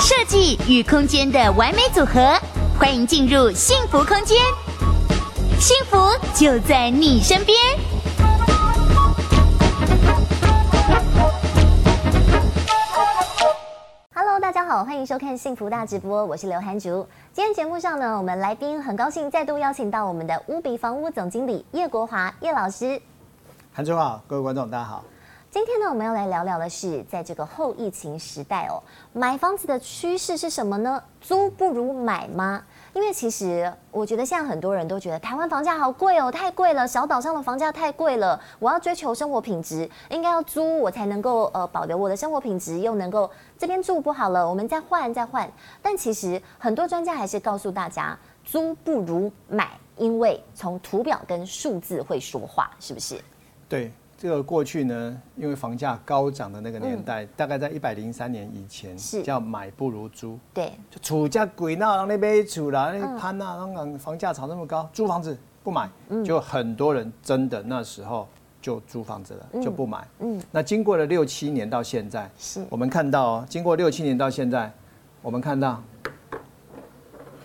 设计与空间的完美组合，欢迎进入幸福空间，幸福就在你身边。 Hello，大家好，欢迎收看《幸福大直播》，我是刘涵竹。今天节目上呢，我们来宾很高兴再度邀请到我们的乌比房屋总经理叶国华叶老师。韩春好，各位观众大家好。今天呢，我们要来聊聊的是，在这个后疫情时代哦，买房子的趋势是什么呢？租不如买吗？因为其实我觉得现在很多人都觉得台湾房价好贵哦，太贵了，小岛上的房价太贵了。我要追求生活品质，应该要租，我才能够呃保留我的生活品质，又能够这边住不好了，我们再换再换。但其实很多专家还是告诉大家，租不如买，因为从图表跟数字会说话，是不是？对，这个过去呢，因为房价高涨的那个年代，大概在一百零三年以前，嗯是叫买不如租，对，就厝价鬼闹，让那边厝啦，嗯那攀啊，让让房价炒那么高，租房子不买，嗯就很多人真的那时候就租房子了，就不买。嗯嗯，那经过了六七年到现在，是我们看到哦，经过六七年到现在，我们看到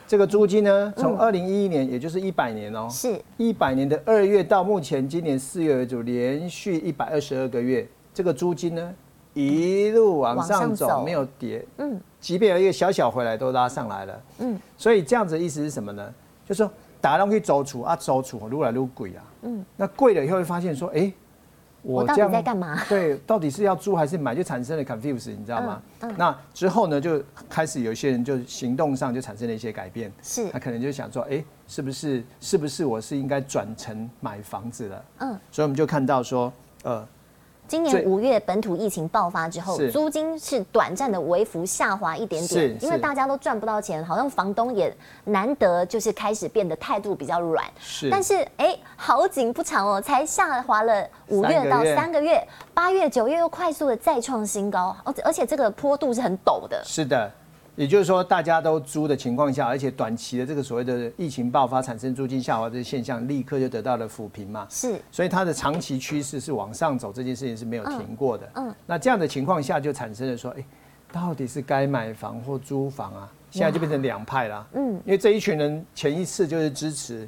这个租金呢，嗯从二零一一年，也就是一百年哦，是一百年的二月到目前今年四月为止，连续一百二十二个月，这个租金呢一路往上往上走走，没有跌，嗯，即便有一个小小回来都拉上来了，嗯嗯，所以这样子的意思是什么呢？就是说打上去走储啊，走储撸来撸贵啊，嗯，那贵了以后会发现说，哎、我到底在干 嘛？对，到底是要租还是买，就产生了 confuse，你知道吗？嗯嗯那之后呢，就开始有些人就行动上就产生了一些改变，是他可能就想说，哎、是不是是不是我是应该转成买房子了？嗯嗯，所以我们就看到说，呃，今年最五月本土疫情爆发之后，是租金是短暂的微幅下滑一点点是，因为是大家都赚不到钱，好像房东也难得就是开始变得态度比较软。是但是哎、好景不长哦，才下滑了五三月个到月三个月，八月、九月又快速的再创新高，而且而且这个坡度是很陡的，是的，也就是说大家都租的情况下，而且短期的这个所谓的疫情爆发产生租金下滑的现象，立刻就得到了抚平嘛。是所以它的长期趋势是往上走，这件事情是没有停过的。嗯嗯，嗯那这样的情况下就产生了说，哎、到底是该买房或租房啊？现在就变成两派啦。嗯嗯，因为这一群人前一次就是支持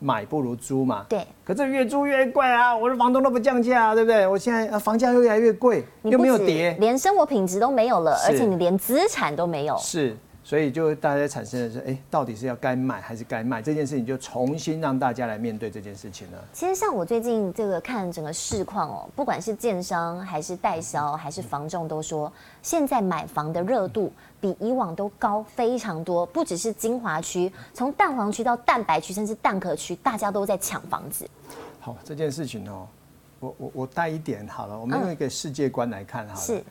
买不如租嘛。对。可这越租越贵啊！我的房东都不降价、啊，对不对？我现在啊房价又越来越贵，又不没有止跌，连生活品质都没有了，是而且你连资产都没有，是，所以就大家产生的是，哎、到底是要该买还是该卖这件事情，就重新让大家来面对这件事情了。其实像我最近这个看整个市况哦，不管是建商还是代销还是房仲都说，现在买房的热度比以往都高非常多，不只是金华区，从蛋黄区到蛋白区，甚至蛋壳区，大家都在抢房子。好，这件事情哦，我我我带一点好了，我们用一个世界观来看好嗯了。是，嗯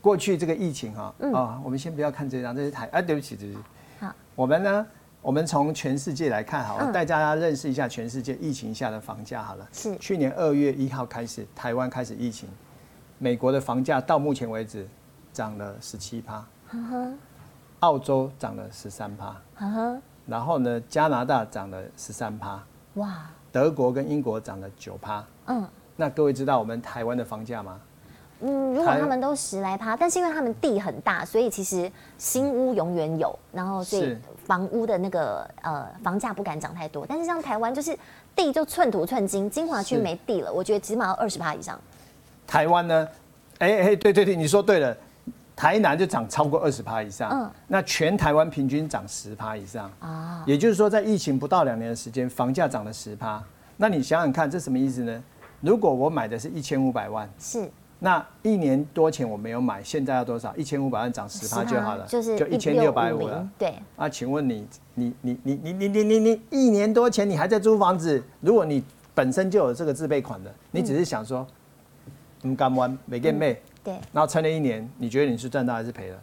过去这个疫情哈、啊，我们先不要看这张，这是台啊，对不起，这是好。嗯我们呢，我们从全世界来看好了，带大家认识一下全世界疫情下的房价好了。是去年二月一号开始，台湾开始疫情，美国的房价到目前为止涨了十七趴，澳洲涨了十三趴，呵呵，然后呢，加拿大涨了十三趴，哇，德国跟英国涨了九趴。嗯那各位知道我们台湾的房价吗？嗯，如果台他们都十来趴，但是因为他们地很大，所以其实新屋永远有，然后所以是房屋的那个呃房价不敢涨太多。但是像台湾就是地就寸土寸金，金华区是没地了，我觉得起码要二十趴以上。台湾呢？哎、哎、对对对，你说对了，台南就涨超过二十趴以上，嗯那全台湾平均涨十趴以上啊。也就是说，在疫情不到两年的时间，房价涨了十趴。那你想想看，这什么意思呢？如果我买的是一千五百万，是那一年多前我没有买，现在要多少？一千五百万涨十趴10%就好了，就是就一千六百五了1650。对，啊，请问你，你你你你你你你你一年多前你还在租房子，如果你本身就有这个自备款的，你只是想说，嗯，干完没干妹，对然后撑了一年，你觉得你是赚到还是赔了？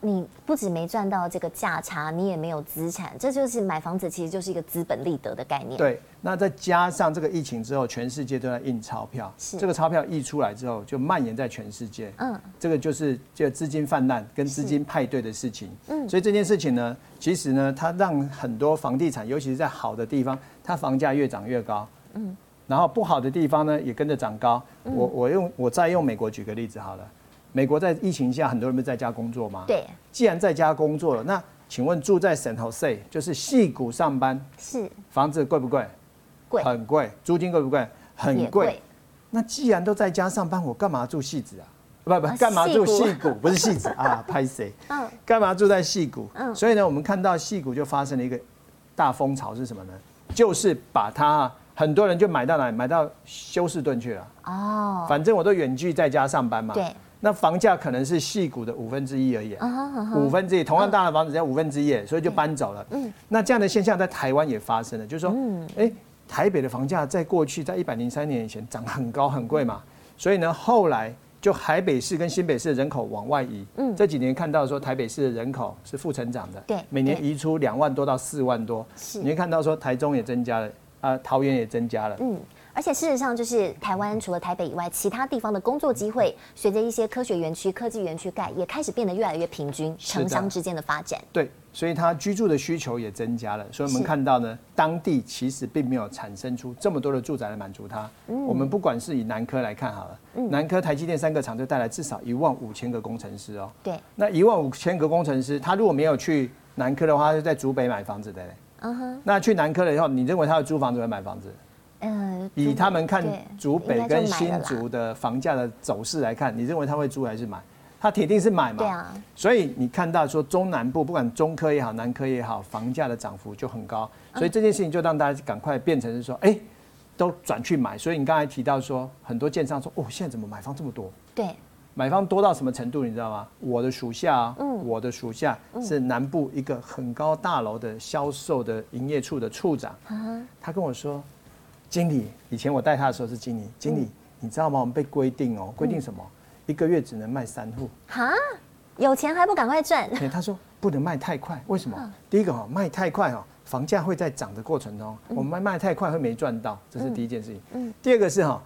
你不止没赚到这个价差，你也没有资产，这就是买房子其实就是一个资本利得的概念。，对，那再加上这个疫情之后，全世界都在印钞票，是这个钞票溢出来之后，就蔓延在全世界。嗯，这个就是就资金泛滥跟资金派对的事情。嗯，所以这件事情呢，其实呢，它让很多房地产，尤其是在好的地方，它房价越涨越高。嗯，然后不好的地方呢也跟着长高。嗯我我用我再用美国举个例子好了，美国在疫情下很多人不是在家工作吗？对，既然在家工作了，那请问住在 San Jose 就是戏谷上班，是房子贵不贵？贵很贵，租金贵不贵？很也贵。，那既然都在家上班，我干嘛住戏子啊？不不啊，干嘛住戏谷戏谷？ 不是戏子啊，拍谁？嗯，干嘛住在戏谷？嗯所以呢，我们看到戏谷就发生了一个大风潮是什么呢？就是把它啊很多人就买到哪里？买到休斯顿去了。哦，反正我都远距在家上班嘛。对。那房价可能是戏谷的五分之一而已，啊哈啊哈五分之一，同样大的房子只要五分之一，所以就搬走了。嗯。那这样的现象在台湾也发生了，就是说，嗯哎，台北的房价在过去在一百零三年以前涨很高很贵嗯嘛，所以呢，后来就台北市跟新北市的人口往外移。嗯。这几年看到说台北市的人口是负成长的，对每年对移出两万多到四万多，是你会看到说台中也增加了，啊，桃园也增加了。嗯，而且事实上，就是台湾除了台北以外，其他地方的工作机会，随着一些科学园区、科技园区盖，也开始变得越来越平均，的城乡之间的发展。对，所以它居住的需求也增加了，所以我们是看到呢，当地其实并没有产生出这么多的住宅来满足它。嗯我们不管是以南科来看好了，南科台积电三个厂就带来至少一万五千个工程师哦。对，那一万五千个工程师，他如果没有去南科的话，他是在竹北买房子的嘞。嗯哼，那去南科了以后，你认为他要租房子会买房子？呃，以他们看对竹北应该跟就买了新啦竹的房价的走势来看，你认为他会租还是买？他铁定是买嘛。对啊。所以你看到说中南部不管中科也好，南科也好，房价的涨幅就很高，所以这件事情就让大家赶快变成是说，哎、都转去买。所以你刚才提到说，很多建商说，哦，现在怎么买方这么多？对，买方多到什么程度，你知道吗？我的属下、啊，我的属下是南部一个很高大楼的销售的营业处的处长，他跟我说，经理，以前我带他的时候是经理，经理，你知道吗？我们被规定哦，规定什么？一个月只能卖三户。哈，有钱还不赶快赚？哎，他说不能卖太快，为什么？嗯第一个哦，卖太快哦，房价会在涨的过程中，嗯我们卖卖太快会没赚到，这是第一件事情。第二个是哈，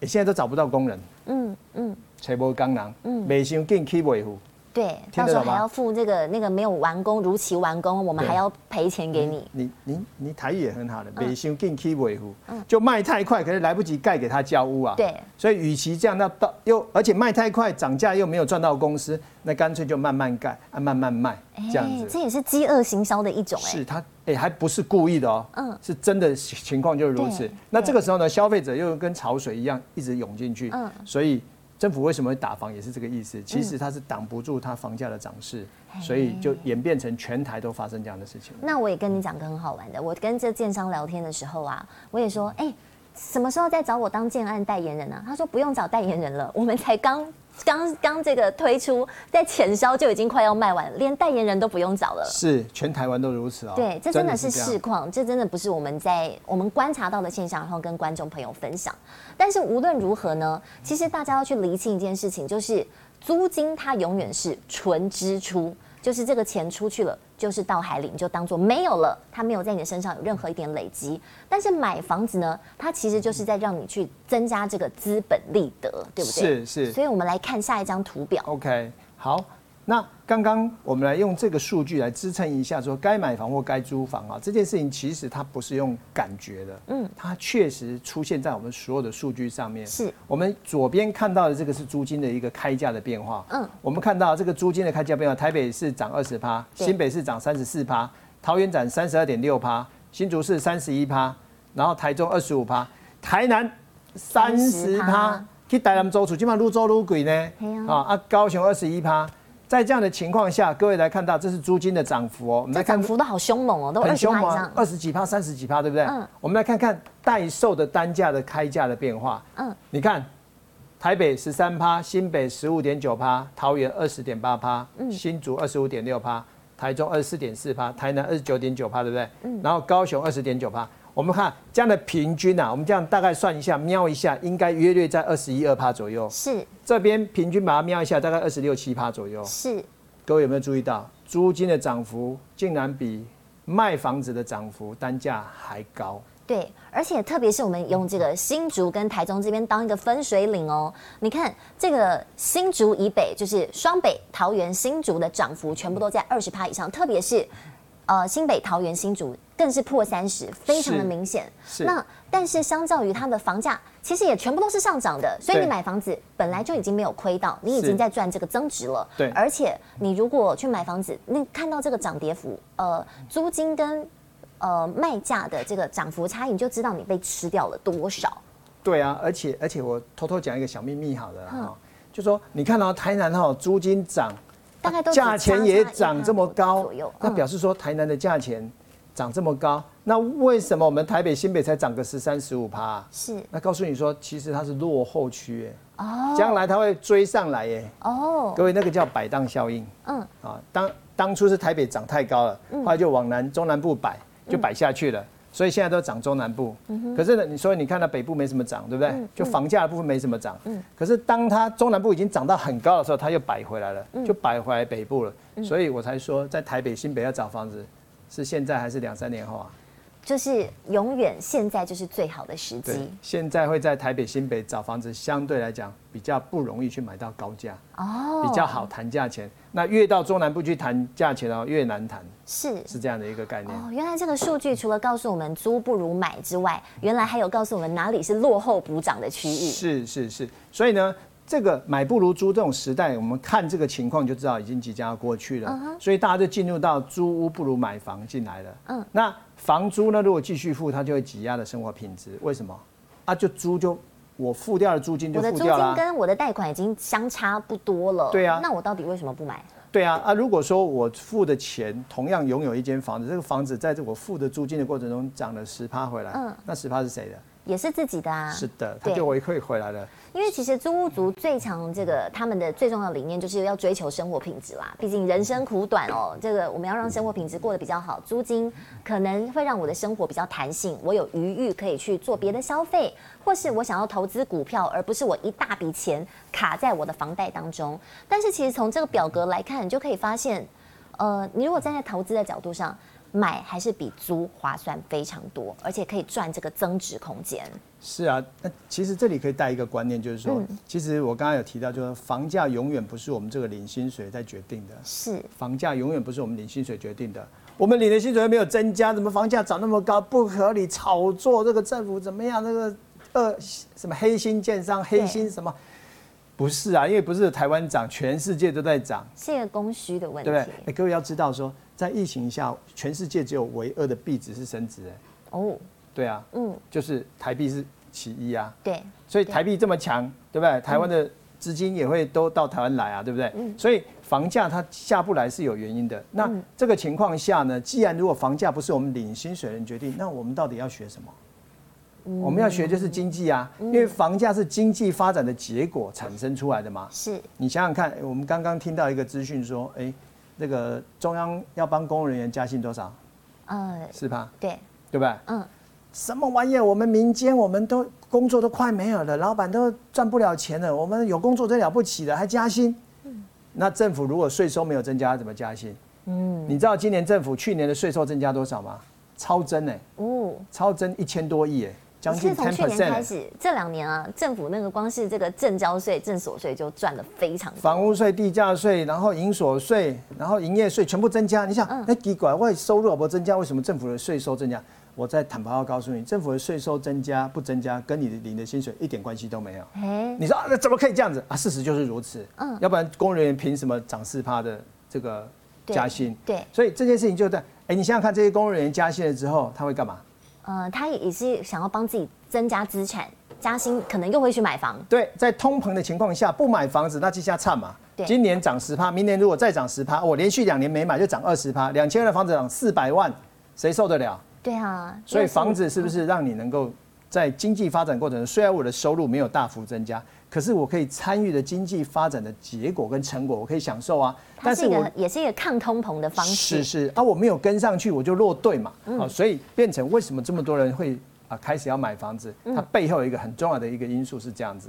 哎现在都找不到工人，嗯嗯，吹波钢人，没想进去维护。对，到听得时候懂吗还要付这个那个没有完工如期完工，我们对嗯还要赔钱给你。你你你台语也很好的，嗯北修进去维护，就卖太快，可是来不及盖给他交屋啊。对，所以与其这样，那到又而且卖太快，涨价又没有赚到公司，那干脆就慢慢盖，啊慢慢卖哎，这样子。这也是饥饿行销的一种哎、是他哎、还不是故意的哦，嗯是真的情况就是如此对。那这个时候呢，消费者又跟潮水一样一直涌进去，嗯所以政府为什么会打房也是这个意思。其实它是挡不住它房价的涨势，所以就演变成全台都发生这样的事情。那我也跟你讲个很好玩的，我跟这建商聊天的时候啊，我也说，哎、嗯什么时候再找我当建案代言人啊？他说不用找代言人了，我 们才刚刚刚这个推出，在前销就已经快要卖完，连代言人都不用找了。是，全台湾都如此哦。对，这真的是这样市况，这真的不是我们在我们观察到的现象，然后跟观众朋友分享。但是无论如何呢，其实大家要去厘清一件事情，就是租金它永远是纯支出，就是这个钱出去了，就是到海里，你就当做没有了，它没有在你的身上有任何一点累积。但是买房子呢，它其实就是在让你去增加这个资本利得，对不对？是是所以我们来看下一张图表。 OK，好，那刚刚我们来用这个数据来支撑一下，说该买房或该租房啊，这件事情其实它不是用感觉的，嗯，它确实出现在我们所有的数据上面。是我们左边看到的这个是租金的一个开价的变化，嗯嗯，我们看到这个租金的开价变化，台北市涨二十趴，对新北市涨三十四趴，桃园涨三十二点六趴，新竹市三十一趴，然后台中二十五趴，台南三十趴30%，去台南州处，基本上撸州撸鬼呢嘿啊，啊啊，高雄二十一趴。在这样的情况下，各位来看到这是租金的涨幅哦，我们这来看涨幅都好凶猛哦，都二很十凶趴以猛啊上，。二十几趴、三十几趴，对不对？嗯我们来看看代售的单价的开价的变化。嗯嗯，你看台北十三趴，新北十五点九趴，桃园二十点八趴，新竹二十五点六趴，台中二十四点四趴，台南二十九点九趴，对不对？然后高雄二十点九趴。我们看这样的平均啊，我们这样大概算一下，瞄一下，应该约略在二十一二趴左右。是这边平均把它瞄一下，大概二十六七趴左右。是。各位有没有注意到，租金的涨幅竟然比卖房子的涨幅单价还高？对，而且特别是我们用这个新竹跟台中这边当一个分水岭哦。你看这个新竹以北，就是双北、桃园、新竹的涨幅全部都在二十趴以上，特别是呃新北、桃园、新竹更是破三十，非常的是明显。是那但是相较于它的房价，其实也全部都是上涨的，所以对你买房子本来就已经没有亏到，你已是经在赚这个增值了。对而且你如果去买房子，那看到这个涨跌幅，呃，租金跟呃卖价的这个涨幅差异，你就知道你被吃掉了多少。对啊，而且而且我偷偷讲一个小秘密好了啦哈，就说你看到、台南哈、租金涨，大概都只啊价钱也涨这么差差1%高左右，，那嗯表示说台南的价钱涨这么高，那为什么我们台北新北才涨个十三十五趴？是那告诉你说，其实它是落后区，哎，哦将来它会追上来，哎，哦，各位那个叫摆荡效应嗯，啊。当当初是台北涨太高了，后来就往南中南部摆，就摆下去了。嗯所以现在都涨中南部，可是呢，你说你看到北部没什么涨，对不对？嗯就房价的部分没什么涨，可是当它中南部已经涨到很高的时候，它又摆回来了，嗯就摆回来北部了。所以我才说，在台北新北要找房子，是现在还是两三年后啊？就是永远现在就是最好的时对机，现在会在台北新北找房子，相对来讲比较不容易去买到高价，哦，比较好谈价钱。那越到中南部去谈价钱哦，越难谈，是是这样的一个概念。哦，原来这个数据除了告诉我们租不如买之外，原来还有告诉我们哪里是落后补涨的区域。是是是，所以呢，这个买不如租这种时代，我们看这个情况就知道已经即将要过去了。嗯所以大家就进入到租屋不如买房进来了。嗯，那房租呢，如果继续付，它就会挤压了生活品质。为什么？啊，就租就我付掉的租金就我的付租掉了金啊、跟我的贷款已经相差不多了。对啊那我到底为什么不买？对啊，啊，如果说我付的钱同样拥有一间房子，这个房子在这我付的租金的过程中涨了十趴回来，嗯那十趴是谁的？也是自己的啊。是的，它对就回馈回来了。因为其实租屋族最常这个他们的最重要的理念就是要追求生活品质啦，毕竟人生苦短哦，这个我们要让生活品质过得比较好，租金可能会让我的生活比较弹性，我有余裕可以去做别的消费，或是我想要投资股票，而不是我一大笔钱卡在我的房贷当中。但是其实从这个表格来看，你就可以发现，呃，你如果站在投资的角度上。买还是比租划算非常多，而且可以赚这个增值空间。是啊，那其实这里可以带一个观念，就是说，嗯其实我刚刚有提到，就是房价永远不是我们这个领薪水在决定的，是，房价永远不是我们领薪水决定的。我们领的薪水又没有增加，怎么房价涨那么高？不合理，炒作这个政府怎么样？那个呃什么黑心建商、黑心什么？不是啊，因为不是台湾涨，全世界都在涨，是一个供需的问题。对不对？哎各位要知道说，在疫情下，全世界只有唯二的币值是升值，哎，哦，对啊，嗯，就是台币是其一啊。对，所以台币这么强，对不对？台湾的资金也会都到台湾来啊，对不对？所以房价它下不来是有原因的。那这个情况下呢，既然如果房价不是我们领薪水的人决定，那我们到底要学什么？我们要学就是经济啊，因为房价是经济发展的结果产生出来的嘛。是你想想看，诶我们刚刚听到一个资讯说，哎，那个中央要帮公务人员加薪多少？呃，是吧？对，对不对？嗯，什么玩意儿？我们民间我们都工作都快没有了，老板都赚不了钱了，我们有工作最了不起了，还加薪。嗯那政府如果税收没有增加，怎么加薪？嗯，你知道今年政府去年的税收增加多少吗？超增呢、哦。超增一千多亿哎、将近欸是从 ten 去年 percent 开。始，这两年啊，政府那个光是这个正交税、正所税就赚的非常多。房屋税、地价税，然后营所税，然后营业税全部增加。你想，那奇怪，我收入不增加，为什么政府的税收增加？我在坦白要告诉你，政府的税收增加不增加，跟你领的薪水一点关系都没有。哎，你说啊，那怎么可以这样子啊？事实就是如此。嗯，要不然工人员凭什么涨四趴的这个加薪？对对所以这件事情就在，哎，你想想看，这些工人员加薪了之后，他会干嘛？呃，他也是想要帮自己增加资产，加薪可能又会去买房。对，在通膨的情况下，不买房子，那就下差嘛。对今年涨十趴，明年如果再涨十趴，我连续两年没买就涨二十趴，两千万的房子涨四百万，谁受得了？对啊，所以又是房子是不是让你能够在经济发展过程中，虽然我的收入没有大幅增加，可是我可以参与的经济发展的结果跟成果，我可以享受啊。它但是是一我个也是一个抗通膨的方式。是是啊，我没有跟上去，我就落队嘛。嗯啊，所以变嗯成为什么这么多人会啊开始要买房子？它背后有一个很重要的一个因素是这样子。